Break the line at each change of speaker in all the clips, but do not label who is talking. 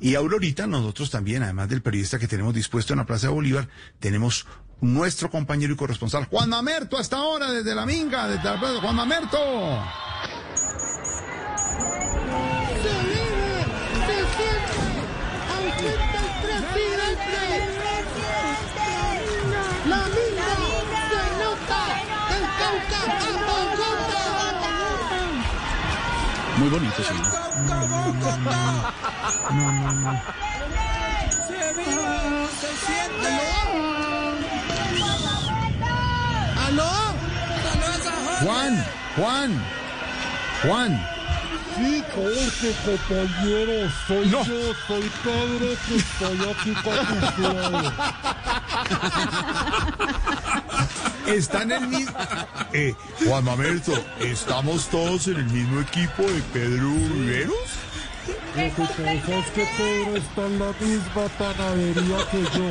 Y Aurorita, nosotros también, además del periodista que tenemos dispuesto en la Plaza de Bolívar, tenemos nuestro compañero y corresponsal, Juan Mamerto, hasta ahora, desde la Minga, desde la Plaza. Juan Mamerto.
Se vive, se siente, ausente el presidente. La mina se nota, el Cauca apagosa.
Muy bonito, sí.
¿Aló?
Juan, Juan, Juan.
Sí, corte, compañero. Soy yo, soy Pedro, que estoy aquí con ustedes.
Está en el mismo. Eh, Juan Mamerto, ¿estamos todos en el mismo equipo de Pedro Riveros?
Lo que pasa es que Pedro está en la misma panadería que yo.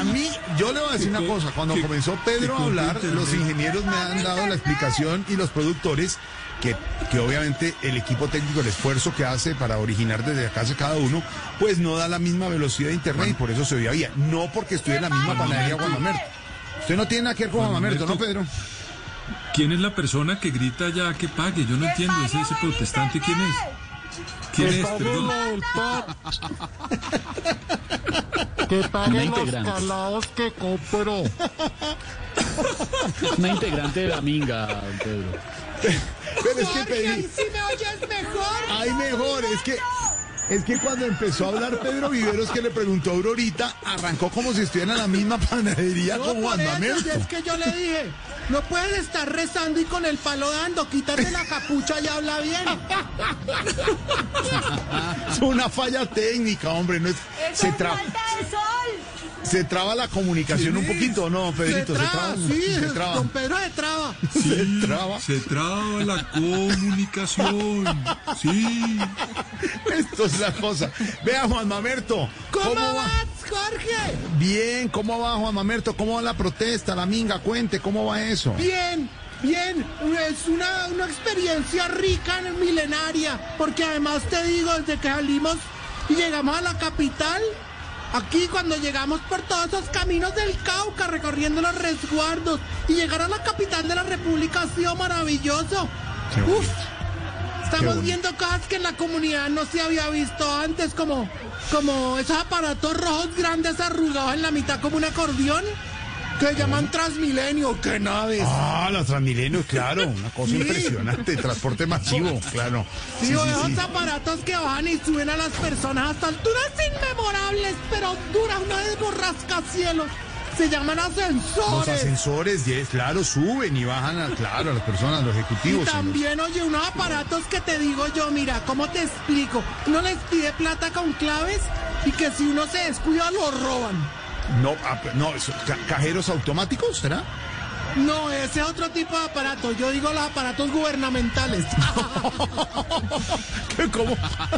A mí, yo le voy a decir una cosa. Cuando comenzó Pedro a hablar, los ingenieros me han dado la explicación y los productores que, que obviamente el equipo técnico, el esfuerzo que hace para originar desde la casa cada uno, pues no da la misma velocidad de internet y por eso se oía bien. No porque estoy en la misma panadería Juan Mamerto. Usted no tiene nada que ver con Juan Mamerto, ¿no, Pedro?
¿Quién es la persona que grita ya que pague? Yo no entiendo, ese, ese protestante, ¿quién es? ¿Quién
Que
es?
pague
Perdón.
lo del pan. Que pague los calados que compró.
Una integrante de la minga, Pedro.
Pero es que pedí.
si me oyes mejor.
Ay, mejor, es que es que cuando empezó a hablar Pedro Viveros que le preguntó a Aurorita, arrancó como si estuvieran en la misma panadería con Juan Mamerto.
es que yo le dije, no puedes estar rezando y con el palo dando, quítate la capucha y habla bien.
Es una falla técnica, hombre, no es se traba se traba la comunicación un poquito, no, Pedrito, se traba,
sí,
se traba,
don Pedro se traba.
se traba.
Se traba la comunicación. Sí.
Esto es la cosa. Vea Juan Mamerto,
¿Cómo,
va?
vas, Jorge?
Bien, ¿cómo va Juan Mamerto? ¿Cómo va la protesta, la minga? Cuente, ¿cómo va eso?
Bien, bien, es una, una experiencia rica, milenaria, porque además te digo, desde que salimos y llegamos a la capital, aquí cuando llegamos por todos esos caminos del Cauca, recorriendo los resguardos, y llegar a la capital de la República ha sido maravilloso.
Qué
Uf,
bonito.
estamos
bonito.
viendo cosas que en la comunidad no se había visto antes, como, como esos aparatos rojos grandes arrugados en la mitad como un acordeón. Que llaman Transmilenio, qué naves.
Ah, la Transmilenio, claro, una cosa impresionante, transporte masivo, claro. Sí,
Sí,
sí,
o esos
sí.
aparatos que bajan y suben a las personas hasta alturas inmemorables, pero duras una desborrascacielos. Se llaman
Los
ascensores.
ascensores, yes, claro, suben y bajan, a- claro, a las personas, los
Y
ejecutivos. y los-
también, oye, unos aparatos que te digo yo, mira, ¿cómo te explico? Uno les pide plata con claves y que si uno se descuida lo roban.
No, ah, pe- no, eso, ca- cajeros automáticos, ¿será?
No, ese es otro tipo de aparato. Yo digo los aparatos gubernamentales.
¿Qué, ¿Cómo?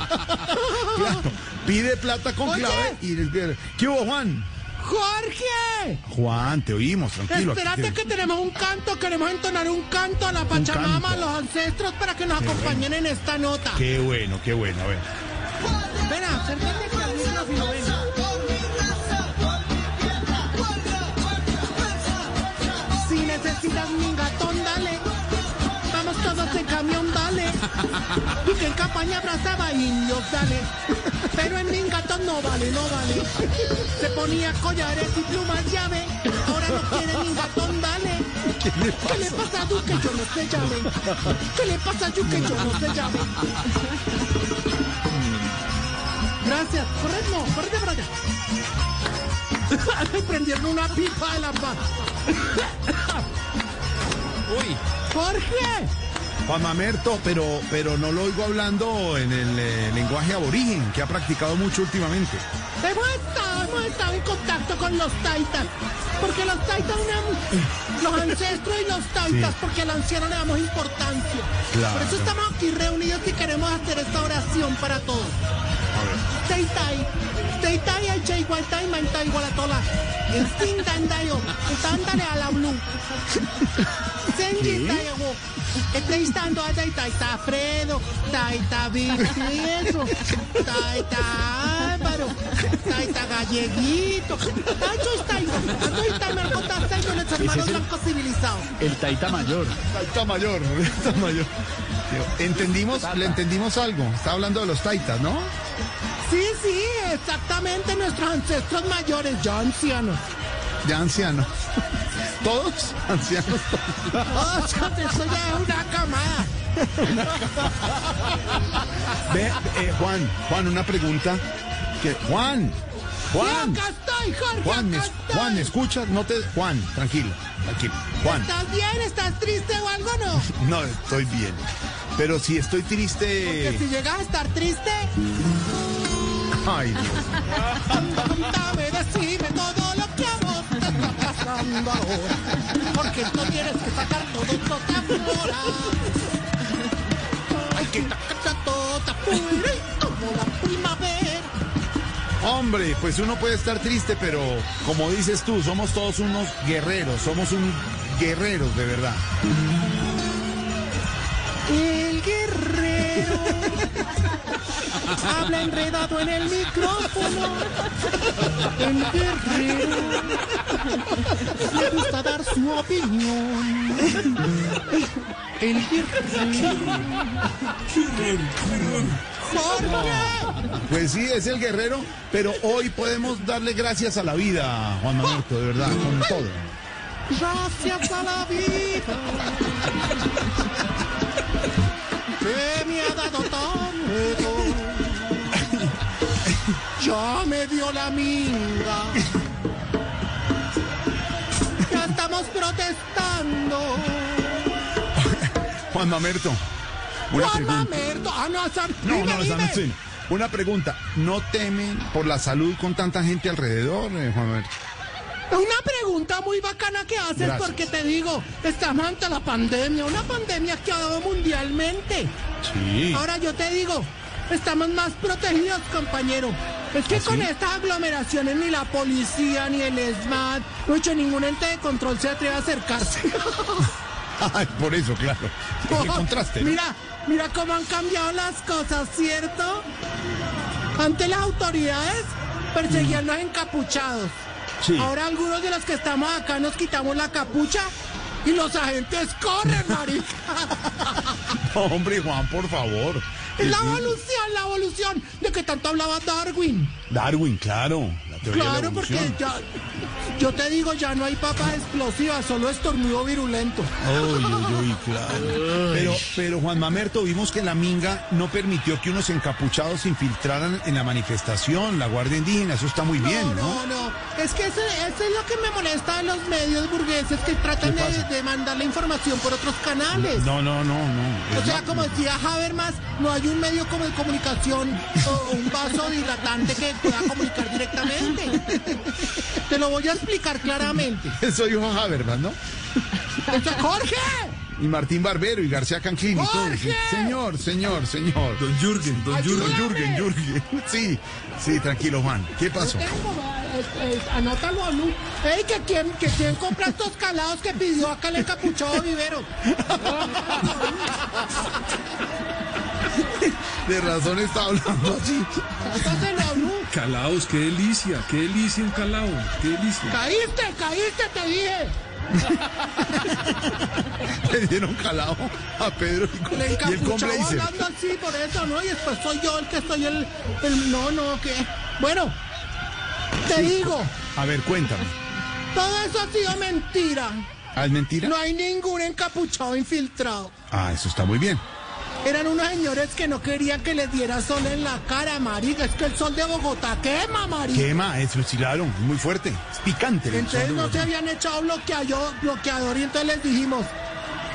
claro, pide plata con
Oye.
clave y les pide- ¿Qué hubo, Juan?
¡Jorge!
Juan, te oímos, tranquilo. aquí
Espérate
te-
que tenemos un canto, queremos entonar un canto a la Pachamama, a
canto.
los ancestros, para que nos acompañen en esta nota.
Qué bueno, qué bueno, a ver.
Espera, acércate que al micrófono, ven. Si necesitas un gatón, dale. Vamos todos en camión, dale. Y que en campaña abrazaba indios, dale. Pero en Mingatón no vale, no vale. Se ponía collares y plumas llave. Ahora no quiere Mingatón, dale. ¿Qué le pasa a Duque? Yo no se llame. ¿Qué le pasa a Duque? Yo no se llame. Gracias. Correcto, correte para allá. Me prendieron una pipa de la paz. Uy. Jorge,
Juan Mamerto, pero, pero no lo oigo hablando en el eh, lenguaje aborigen, que ha practicado mucho últimamente.
Hemos estado, hemos estado en contacto con los taitas. Porque los taitas, una- los ancestros y los taitas,
Sí.
porque al anciano le damos importancia.
Claro.
Por eso estamos aquí reunidos y queremos hacer esta oración para todos. Teitai, teitai al chaiguatai, mantai gualatola. El sin dandayo, el tándale a la blu. Senji taigo. Estoy estando a taita, está Fredo, taita Vicieso, taita Álvaro, taita Galleguito. Tacho está ahí, tacho está ahí, me contaste con los hermanos
el-
blancos civilizados.
El Taita Mayor.
Taita mayor, taita mayor. Entendimos, le entendimos algo. Está hablando de los taitas, ¿no?
Sí, sí, exactamente nuestros ancestros mayores, ya ancianos.
Ya ancianos. Todos ancianos.
Oh, chate, eso ya es una camada.
Ve, eh, Juan, Juan, una pregunta. Que, Juan, Juan,
Acá estoy, Jorge,
Juan, me,
acá estoy.
Juan, ¿me escuchas? No te, Juan, tranquilo, tranquilo. Juan,
¿Estás bien? ¿Estás triste o algo no?
no estoy bien. Pero si estoy
Porque
triste.
si llegas a estar triste,
Ay, Dios.
contame, decime todo lo que a vos te está pasando ahora. Porque tú tienes que sacar todo tu tambora. Hay que sacar todo fuera y como la primavera.
Hombre, pues uno puede estar triste, pero como dices tú, somos todos unos guerreros, somos un guerreros de verdad.
El guerrero habla enredado en el micrófono. El guerrero le gusta dar su opinión. El guerrero. Jorge,
Pues sí, es el guerrero, pero hoy podemos darle gracias a la vida, Juan Manuelito, de verdad, con todo.
gracias a la vida que me ha dado tanto. Ya me dio la minga. Ya estamos protestando.
Juan Mamerto, una
Juan
pregunta.
Mamerto, ah, no, Sam,
No,
dime,
no, esa no
dime.
es él. Una pregunta, ¿no temen por la salud con tanta gente alrededor, eh, Juan Mamerto?
Una pregunta muy bacana que haces
Gracias.
porque te digo, estamos ante la pandemia, una pandemia que ha dado mundialmente.
Sí.
Ahora yo te digo, estamos más protegidos, compañero. Es
¿Ah,
que con estas aglomeraciones ni la policía, ni el SMAT, no he hecho ningún ente de control se atreve a acercarse.
Ay, por eso, claro. Qué contraste. ¿no?
Mira, mira cómo han cambiado las cosas, ¿cierto? Ante las autoridades perseguían los encapuchados.
Sí.
Ahora algunos de los que estamos acá nos quitamos la capucha y los agentes corren, marica.
Hombre, Juan, por favor.
Es la evolución, la evolución de que tanto hablaba Darwin.
Darwin, claro. la teoría de la
Claro, porque
evolución.
ya, yo te digo, ya no hay papas explosivas, solo estornudo virulento.
Uy, uy, uy, claro. Pero, pero Juan Mamerto, vimos que la minga no permitió que unos encapuchados se infiltraran en la manifestación, la Guardia Indígena, eso está muy bien, ¿no?
no, no. Es que eso, eso es lo que me molesta de los medios burgueses que tratan
¿Qué
de,
pasa?
de mandar la información por otros canales.
No, no, no, no.
O
es
sea,
la-
como decía Habermas, no hay un medio como de comunicación o un vaso dilatante que pueda comunicar directamente. Te lo voy a explicar claramente.
Soy Juan Habermas, ¿no?
Eso- ¡Jorge!
Y Martín Barbero y García Canclini. y todo.
¡Jorge!
Señor, señor, señor.
Don Jürgen, don
Don
Jürgen.
Jürgen, Jürgen. Sí, sí, tranquilo, Juan. ¿Qué pasó?
Tengo, eh, eh, anótalo a Lu. Ey, que quien, que quien compra estos calados que pidió acá el encapuchado vivero.
De razón está hablando así.
Anótalo a Lu.
Calaos, qué delicia, qué delicia un calao, qué delicia.
Caíste, caíste, te dije.
Le dieron calado a Pedro
Le
y, y el
encapuchaba
Complacer.
hablando así por eso, ¿no? Y después soy yo el que soy el... el- no, no, que... Bueno, te digo,
A ver, cuéntame.
todo eso ha sido mentira.
¿Ah, ¿Es mentira?
No hay ningún encapuchado infiltrado.
Ah, eso está muy bien.
Eran unos señores que no querían que les diera sol en la cara, marica. Es que el sol de Bogotá quema, marica.
Quema, es fusilaron, muy fuerte, es picante. el
Entonces
son de
no se
Bogotá.
habían echado bloqueado, bloqueador y entonces les dijimos,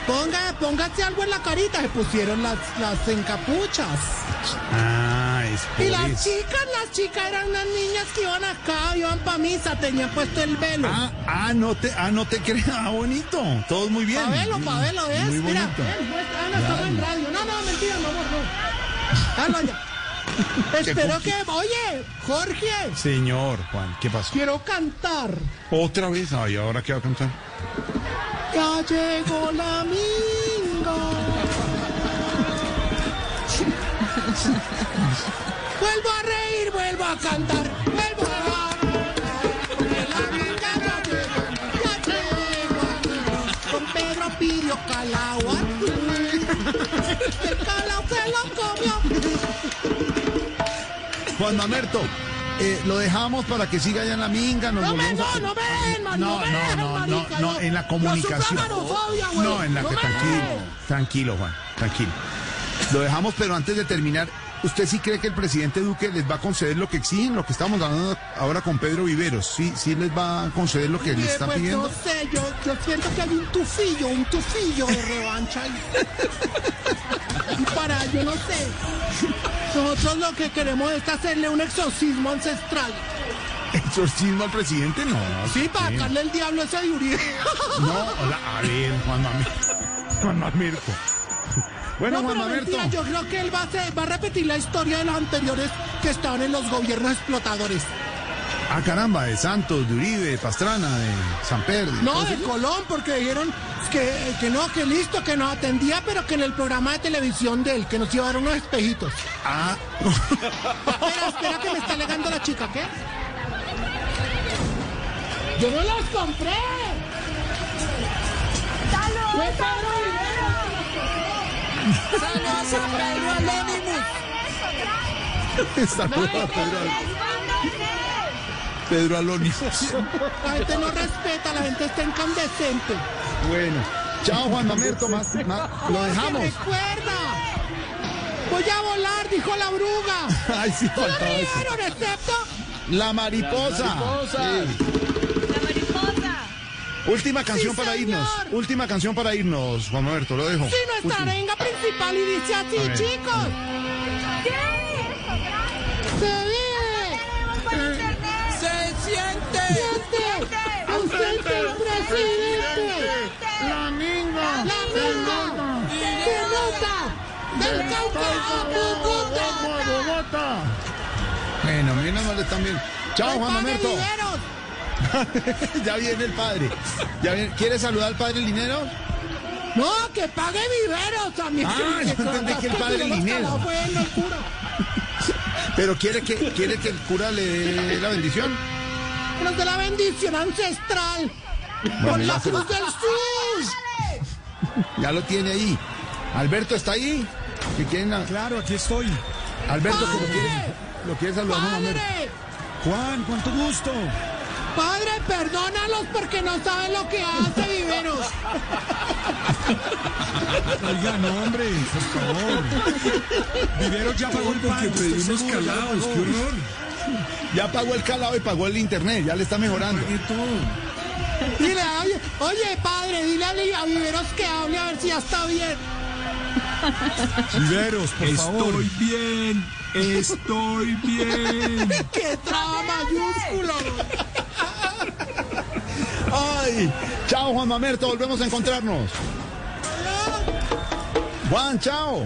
Ponga, póngase algo en la carita. Se pusieron las, las encapuchas.
Ah, es por
Y las
eso.
chicas, las chicas eran unas niñas que iban acá, iban pa' misa, tenían puesto el velo.
Ah, ah, no te, ah, no te creas. Ah, bonito. Todos muy bien.
Pa' velo, pa' velo, ¿ves?
Muy
Mira,
bonito.
ven, pues, ah, no, estamos en radio. No, no, mentira, no, amor, no. Hazlo ya. Espero que, oye, Jorge,
Señor Juan, ¿qué pasó?
quiero cantar.
Otra vez. Ay, ahora qué va a cantar.
Ya llegó la minga. vuelvo a reír, vuelvo a cantar, vuelvo a porque la minga ya llegó, ya llegó, amigo. Con Pedro Pirio Calahuatl. El calao se lo comió.
Juan Mamerto, eh, lo dejamos para que siga allá en la minga. Nos
No me,
volvemos
no,
a-
no me dejen, man,
No,
no, me dejen,
no, no,
marica,
no, no,
yo-
en la
yo
comunicación.
sufro amarofobia, güey.
No, en la
No
que
me
tranquilo,
dejen.
tranquilo, Juan, tranquilo. Lo dejamos, pero antes de terminar, ¿usted sí cree que el presidente Duque les va a conceder lo que exigen, lo que estamos hablando ahora con Pedro Viveros? ¿Sí, sí les va a conceder lo que le
Eh,
está
pues
pidiendo?
no sé, yo, yo siento que hay un tufillo, un tufillo de revancha. ahí. Y para, yo no sé. Nosotros lo que queremos es hacerle un exorcismo ancestral.
¿Exorcismo al presidente? No.
Sí, para sacarle el diablo ese de Uribe.
No, hola, a ver, Juan Mamerto. Juan Mamerto. Bueno,
No,
Juan
pero
Mamerto.
mentira, yo creo que él va a, hacer- va a repetir la historia de los anteriores que estaban en los gobiernos explotadores.
Ah, caramba, de Santos, de Uribe, de Pastrana, de Samper. de-
No, de Colón, porque dijeron que, que no, que listo, que nos atendía, pero que en el programa de televisión de él, que nos iba a dar unos espejitos.
Ah,
Espera, espera que me está legando la chica, ¿qué? ¡Yo no las compré! ¡Fue Pedro Rivera!
¡Saludos a Pedro Anonymous!
saludos a Pedro, Pedro Alonso.
La gente no respeta, la gente está incandescente.
Bueno, chao Juan Mamerto, más, más- lo dejamos.
¡Que recuerda! ¡Voy a volar! dijo la bruga.
Ay, sí,
¡No
faltaba eso.
rieron, excepto!
La mariposa. Sí.
¡La mariposa!
Última canción
Sí,
para
señor.
irnos. Última canción para irnos, Juan Mamerto, lo dejo.
Si nuestra
Última.
arenga principal y dice así,
Pues ver.
chicos. ¡Se vive!
¡Se
¡Siente! ¡Ausente el presidente!
¡La
¡La misma! ¡Derrota! ¡Del Cauca a Bogotá!
Bueno, menos mal están bien. Chao Juan
¡Juan
Mamerto.
Lineros!
ya viene el padre. Ya viene. ¿Quieres saludar al padre Linero?
No, que pague viveros también.
Ah, yo entendí que el padre Linero.
Linero fue en locura.
Pero quiere que, quiere que el cura le dé la bendición.
Los de la bendición ancestral.
Bueno,
Con
ya
la
se lo-
cruz del sur.
Ya lo tiene ahí. Alberto está ahí. Que quieren a-
Claro, aquí estoy.
Alberto, que lo
Padre.
quiere, lo quiere saludar. Juan Mamerto.
Padre,
Juan, cuánto gusto.
padre, perdónalos porque no saben lo que hace viveros.
Oiga, no, hombre, por favor. Vivero ya pagó el pan. Que pedimos calados, qué horror.
Ya pagó el calado y pagó el internet, ya le está mejorando.
todo.
Dile, oye, oye, padre, dile a Li- a viveros que hable a ver si ya está bien.
Viveros, por favor. Estoy bien, estoy bien.
¡Qué traba mayúsculo!
Ay, chao Juan Mamerto, volvemos a encontrarnos. Juan, chao.